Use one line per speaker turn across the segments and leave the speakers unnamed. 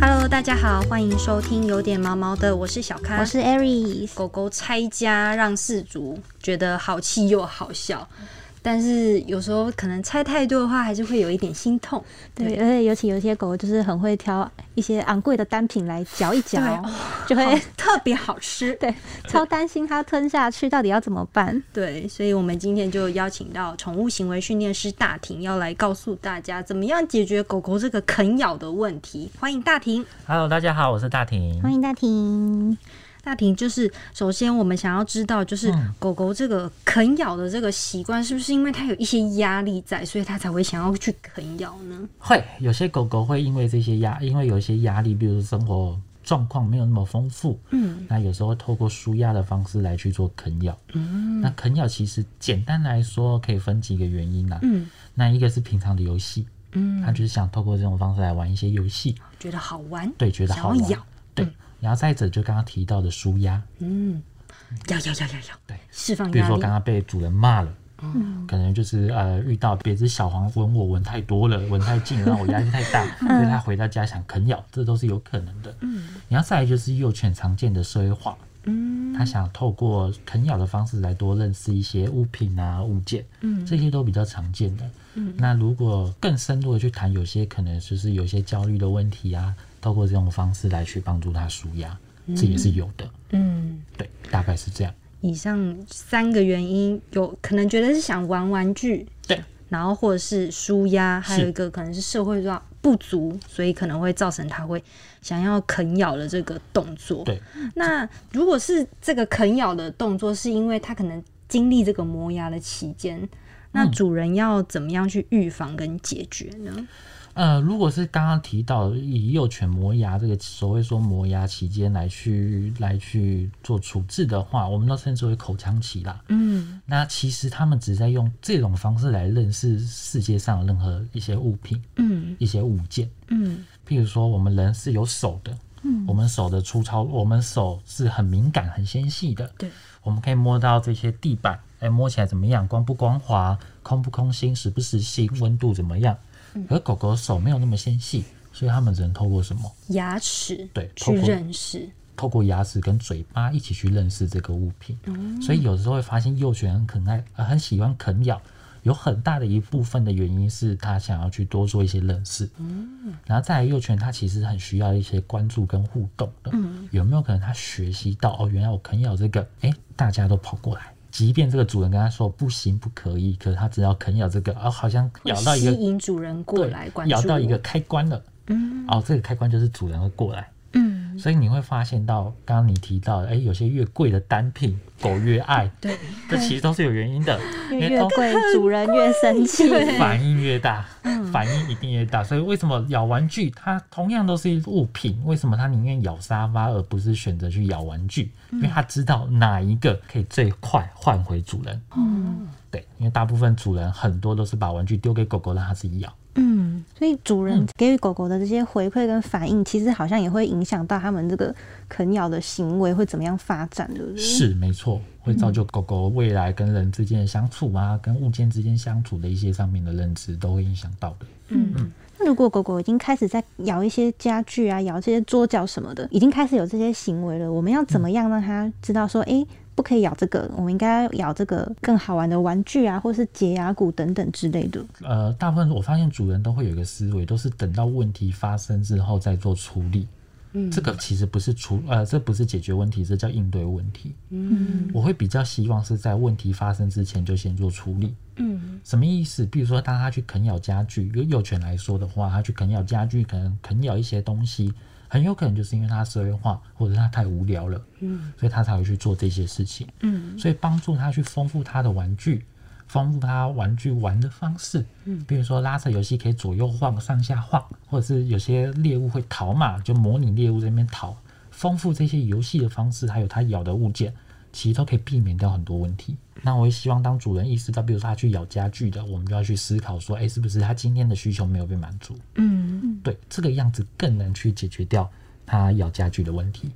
Hello，大家好，欢迎收听有点毛毛的，我是小咖，
我是 Aries。
狗狗拆家让事主觉得好气又好笑，但是有时候可能拆太多的话，还是会有一点心痛。
对，而且尤其有一些狗狗就是很会挑一些昂贵的单品来嚼一嚼，就
好
会
哦特别好吃。
对超担心它吞下去到底要怎么办。
对，所以我们今天就邀请到宠物行为训练师大婷，要来告诉大家怎么样解决狗狗这个啃咬的问题。欢迎大婷。
Hello，大家好，我是大婷。
欢迎大婷，
大婷，就是首先我们想要知道，就是
嗯
狗狗这个啃咬的这个习惯，是不是因为它有一些压力在，所以它才会想要去啃咬呢？
会有些狗狗会因为这些压，因为有一些压力，比如生活状况没有那么丰富，
嗯，
那有时候透过舒压的方式来去做啃咬。嗯，那啃咬其实简单来说可以分几个原因啦、
嗯，
那一个是平常的游戏，
嗯，
它就是想透过这种方式来玩一些游戏，
觉得好玩，
对，觉得好玩
想要咬。
对，然后再者就刚刚提到的舒压，
嗯，咬咬咬咬咬，
对
释放
比如
压
说
力
刚，刚被主人骂了。可能就是呃遇到别只小黄闻我闻太多了，闻太近，让我压力太大，所以它回到家想啃咬，这都是有可能的。嗯，然后再来就是幼犬常见的社会化，
嗯
它想透过啃咬的方式来多认识一些物品啊物件，嗯，这些都比较常见的。嗯，那如果更深入的去谈，有些可能就是有些焦虑的问题啊，透过这种方式来去帮助它舒压，这也是有的。
嗯。
对，大概是这样。
以上三个原因，有可能觉得是想玩玩具，
对，
然后或者是舒压，还有
是
一个可能是社会上不足，所以可能会造成它会想要啃咬的这个动作。
对，
那如果是这个啃咬的动作，是因为它可能经历这个磨牙的期间，
嗯
那主人要怎么样去预防跟解决呢？
呃，如果是刚刚提到以幼犬磨牙这个所谓说磨牙期间来去来去做处置的话，我们都称之为口腔期啦。
嗯
那其实他们只在用这种方式来认识世界上任何一些物品、
嗯
一些物件。
嗯
譬如说，我们人是有手的，嗯，我们手的粗糙，我们手是很敏感、很纤细的，
对，
我们可以摸到这些地板，哎，摸起来怎么样，光不光滑，空不空心，实不实心，温度怎么样？而狗狗手没有那么纤细，所以它们只能透过什么？
牙齿
对
去
透过
认识，
透过牙齿跟嘴巴一起去认识这个物品。所以有时候会发现幼犬很可爱，呃很喜欢啃咬，有很大的一部分的原因是它想要去多做一些认识。然后再来幼犬，它其实很需要一些关注跟互动的。有没有可能它学习到哦，原来我啃咬这个，哎，大家都跑过来。即便这个主人跟他说不行不可以，可是他只要啃咬这个，哦，好像咬到一
吸
个
引主人过
对，
来关注
咬到一个
我，
开关了，
嗯，
哦，这个开关就是主人会过来，
嗯。
所以你会发现到，刚刚你提到的，哎，有些越贵的单品，狗越爱，
对，
这其实都是有原因的，因
越
为哦
越
都
贵，主人越生 气。
反应越大，
嗯
反应一定越大。所以为什么咬玩具，它同样都是物品，为什么它宁愿咬沙发，而不是选择去咬玩具？
嗯
因为它知道哪一个可以最快换回主人。
哦
嗯
对，因为大部分主人很多都是把玩具丢给狗狗，让它自己咬。
嗯，所以主人给予狗狗的这些回馈跟反应，其实好像也会影响到它们这个啃咬的行为会怎么样发展，对不对？
是没错，会造就狗狗未来跟人之间的相处啊，跟物件之间相处的一些上面的认知都会影响到的。
嗯，
那如果狗狗已经开始在咬一些家具啊，咬这些桌角什么的，已经开始有这些行为了，我们要怎么样让它知道说，诶，不可以咬这个，我们应该要咬这个更好玩的玩具啊，或是解牙骨等等之类的。
呃，大部分我发现主人都会有一个思维，都是等到问题发生之后再做处理。
嗯
这个其实不是处呃，这不是解决问题，这叫应对问题。
嗯
我会比较希望是在问题发生之前就先做处理。
嗯
什么意思？比如说，当它去啃咬家具，有幼犬来说的话，它去啃咬家具，可能啃咬一些东西，很有可能就是因为它社会化，或者它太无聊了，
嗯，
所以它才会去做这些事情。
嗯，
所以帮助它去丰富它的玩具，丰富它玩具玩的方式。嗯，比如说拉扯游戏可以左右晃、上下晃，或者是有些猎物会逃嘛，就模拟猎物在那边逃，丰富这些游戏的方式，还有它咬的物件，其实都可以避免掉很多问题。那我也希望当主人意识到，比如说它去咬家具的，我们就要去思考说，哎、是不是它今天的需求没有被满足？
嗯，
对，这个样子更能去解决掉它咬家具的问题。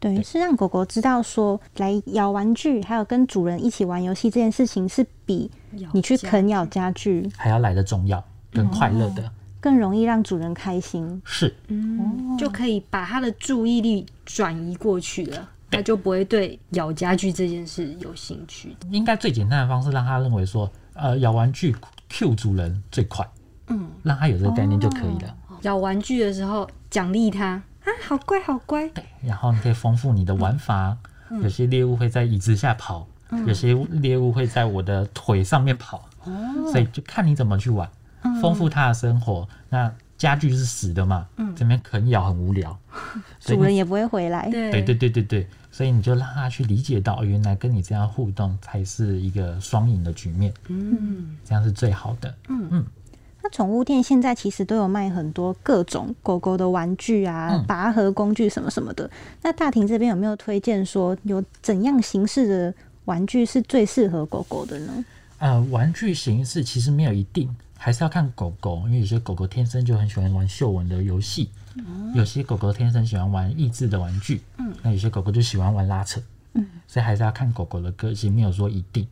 对，是让狗狗知道说，来咬玩具，还有跟主人一起玩游戏这件事情，是比
嗯咬
你去
家
啃咬家具
哦
还要来的重要跟快乐的。
更容易让主人开心。
是
嗯，就可以把他的注意力转移过去了，他就不会对咬家具这件事有兴趣。
应该最简单的方式，让他认为说，呃，咬玩具 Q 主人最快，
嗯，哦
让他有这个概念就可以了。
咬玩具的时候奖励他啊，好乖好乖，
对，然后你可以丰富你的玩法，
嗯
有些猎物会在椅子下跑，有些猎物会在我的腿上面跑，
哦
所以就看你怎么去玩，
嗯
丰富他的生活。那家具是死的嘛，
嗯
这边啃咬很无聊，所
主
以你
人也不会回来。
对
对对对对对，所以你就让他去理解到，哦原来跟你这样互动才是一个双赢的局面，
嗯，
这样是最好的。
那宠物店现在其实都有卖很多各种狗狗的玩具啊、
嗯
拔河工具什么什么的。那大庭这边有没有推荐说有怎样形式的玩具是最适合狗狗的呢？
呃，玩具形式其实没有一定，还是要看狗狗，因为有些狗狗天生就很喜欢玩嗅闻的游戏，有些狗狗天生喜欢玩益智的玩具，哦嗯，那有些狗狗就喜欢玩拉扯，嗯，所以还是要看狗狗的个性，没有说一定。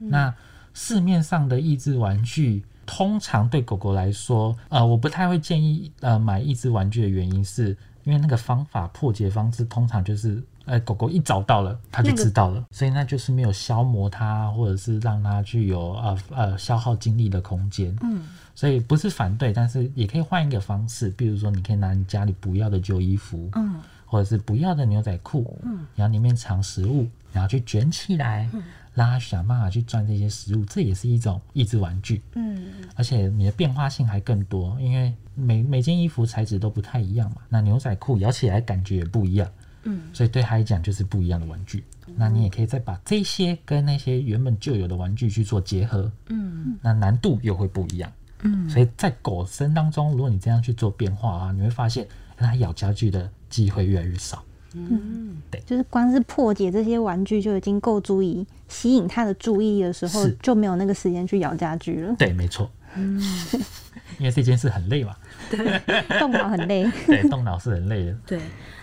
那市面上的益智玩具，通常对狗狗来说，呃，我不太会建议呃买益智玩具的原因是，因为那个方法破解方式通常就是，呃，狗狗一找到了，它就
那个
知道了，所以那就是没有消磨它，或者是让它具有呃呃消耗精力的空间。嗯，所以不是反对，但是也可以换一个方式，比如说你可以拿你家里不要的旧衣服，
嗯，
或者是不要的牛仔裤，嗯，然后里面藏食物，然后去卷起来，
嗯
让它想办法去赚这些食物，这也是一种益智玩具，
嗯，
而且你的变化性还更多，因为每每件衣服材质都不太一样嘛，那牛仔裤咬起来感觉也不一样，
嗯，
所以对它来讲就是不一样的玩具。那你也可以再把这些跟那些原本就有的玩具去做结合，
嗯，
那难度又会不一样。
嗯，
所以在狗生当中，如果你这样去做变化啊，你会发现它咬家具的机会越来越少。
就是光是破解这些玩具就已经够足以吸引它的注意的时候
是，
就没有那个时间去咬家具 了，
对，没错。 因为这件事很累嘛，
动脑很累。
对，动脑是很累的。
对。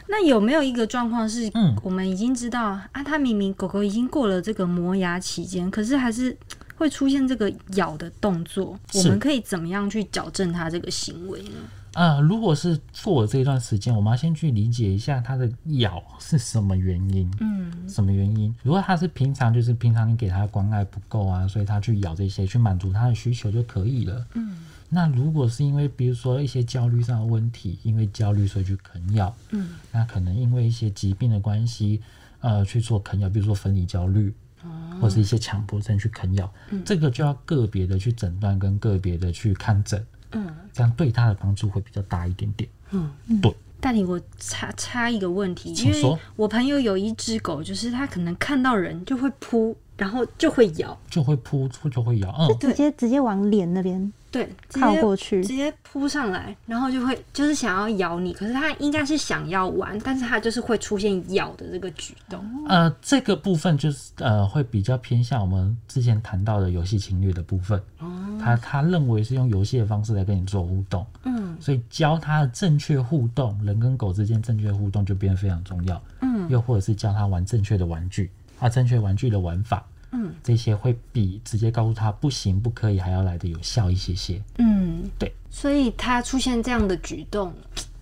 那有没有一个状况是
嗯，
我们已经知道啊，它明明狗狗已经过了这个磨牙期间，可是还是会出现这个咬的动作，我
是
们可以怎么样去矫正它这个行为呢？
呃，如果是做了这段时间，我们要先去理解一下它的咬是什么原因，
嗯
什么原因？如果它是平常就是平常你给它的关爱不够啊，所以它去咬这些去满足它的需求就可以了。
嗯
那如果是因为比如说一些焦虑上的问题，因为焦虑所以去啃咬，
嗯
那可能因为一些疾病的关系，呃，去做啃咬，比如说分离焦虑，
哦
或是一些强迫症去啃咬，
嗯
这个就要个别的去诊断跟个别的去看诊，
嗯
这样对他的帮助会比较大一点点。
嗯，
对，
大理，我插插一个问题，因
请说
为我朋友有一只狗，就是它可能看到人就会扑，然后就会咬，
就会扑，就会咬，嗯，
对
直接直接往脸那边
对，直接
靠过去
直接扑上来，然后就会就是想要咬你，可是它应该是想要玩，但是它就是会出现咬的这个举动。
哦
呃，这个部分就是呃，会比较偏向我们之前谈到的游戏侵略的部分。
哦，
他他认为是用游戏的方式来跟你做互动，
嗯
所以教他的正确互动，人跟狗之间正确互动就变得非常重要。
嗯
又或者是教他玩正确的玩具，啊，正确玩具的玩法，
嗯
这些会比直接告诉他不行不可以还要来的有效一些些。
嗯，
对。
所以它出现这样的举动，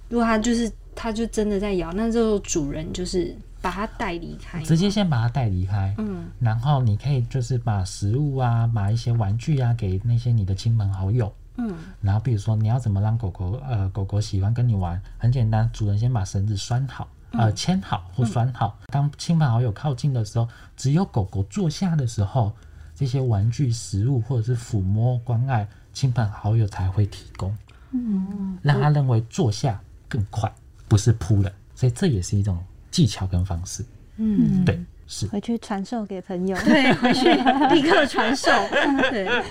如果它就是它就真的在咬，那这个主人就是把它带离开吗，
直接先把他带离开，
嗯
然后你可以就是把食物啊，把一些玩具啊给那些你的亲朋好友。
嗯
然后比如说你要怎么让狗狗呃狗狗喜欢跟你玩，很简单，主人先把绳子拴好。呃，牵好或拴好。当亲朋好友靠近的时候，只有狗狗坐下的时候，这些玩具、食物或者是抚摸、关爱，亲朋好友才会提供。嗯，让他认为坐下更快，不是扑了。所以这也是一种技巧跟方式。
嗯，
对，是。
回去传授给朋友。
对，回去立刻传授。对，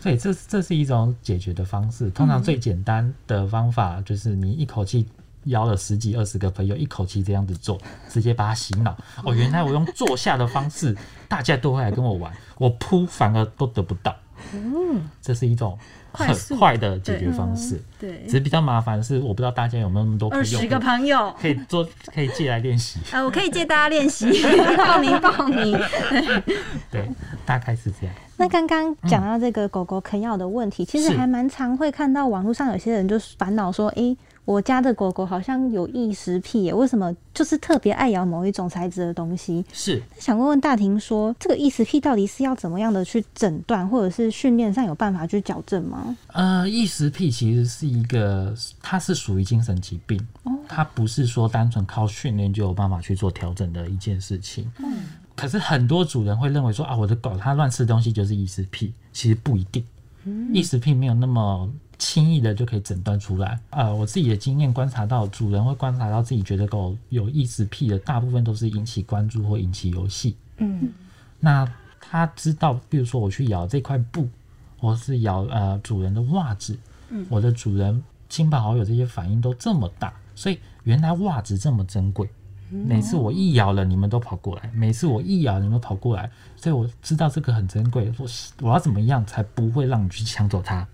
所以这这是一种解决的方式。通常最简单的方法就是你一口气邀了十几二十个朋友，一口气这样子做，直接把他洗脑。哦，原来我用坐下的方式，大家都会来跟我玩，我扑反而都得不到。这是一种
快
很
速
快的解决方式。
对嗯
只，是比较麻烦的是，我不知道大家有没有那么多朋
二
友
十个
可以
朋友，
可以做可以借来练习。
呃，我可以借大家练习， 报名报名。
对，大概是这样。
那刚刚讲到这个狗狗啃咬的问题，其实
是
还蛮常会看到网络上有些人就烦恼说，诶，我家的狗狗好像有异食癖耶，为什么就是特别爱咬某一种材质的东西？
是
那想问问大婷说，这个异食癖到底是要怎么样的去诊断，或者是训练上有办法去矫正吗？
呃，异食癖其实是一个，它是属于精神疾病，它不是说单纯靠训练就有办法去做调整的一件事情。嗯，可是很多主人会认为说啊，我的狗它乱吃东西就是异食癖，其实不一定，异食癖没有那么。轻易的就可以诊断出来。呃，我自己的经验观察到，主人会观察到自己觉得狗有异食癖的，大部分都是引起关注或引起游戏。
嗯，
那他知道，比如说我去咬这块布，或是咬呃主人的袜子，我的主人亲朋好友这些反应都这么大，所以原来袜子这么珍贵。每次我一咬了，你们都跑过来；每次我一咬，你们都跑过来，所以我知道这个很珍贵。我我要怎么样才不会让你去抢走它？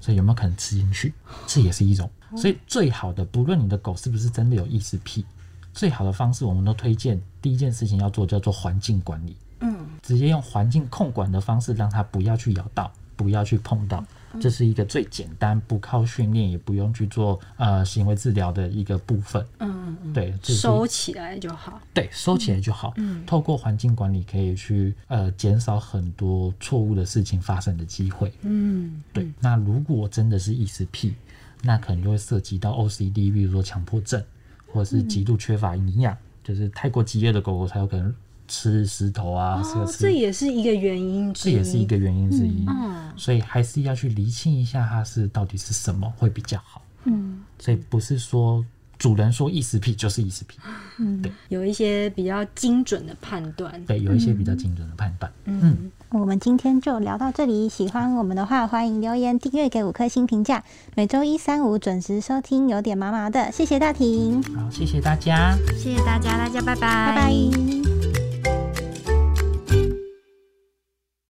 所以有没有可能吃进去？这也是一种。所以最好的，不论你的狗是不是真的有异食癖，最好的方式我们都推荐第一件事情要做叫做环境管理。
嗯，
直接用环境控管的方式让它不要去咬到，不要去碰到。
嗯
这是一个最简单，不靠训练，也不用去做呃行为治疗的一个部分。
嗯，
对，这是
收嗯起来就好。
对，收起来就好。透过环境管理可以去呃减少很多错误的事情发生的机会。
嗯，
对，那如果真的是异食癖，那可能就会涉及到 OCD，比如说强迫
嗯
症，或者是极度缺乏营养，就是太过激烈的狗狗才有可能吃石头啊，
哦，
吃
这也是一个原因之
这
一。
也是一个原因之一。
嗯，
所以还是要去厘清一下它是到底是什么会比较好。
嗯，
所以不是说主人说异食癖就是异食癖，
有一些比较精准的判断。
对，有一些比较精准的判断。
嗯，
我们今天就聊到这里，喜欢我们的话，欢迎留言、订阅、给五颗星评价。每周一、三、五准时收听，有点麻麻的，谢谢大婷，
好，谢谢大家。
谢谢大家，大家拜拜，
拜拜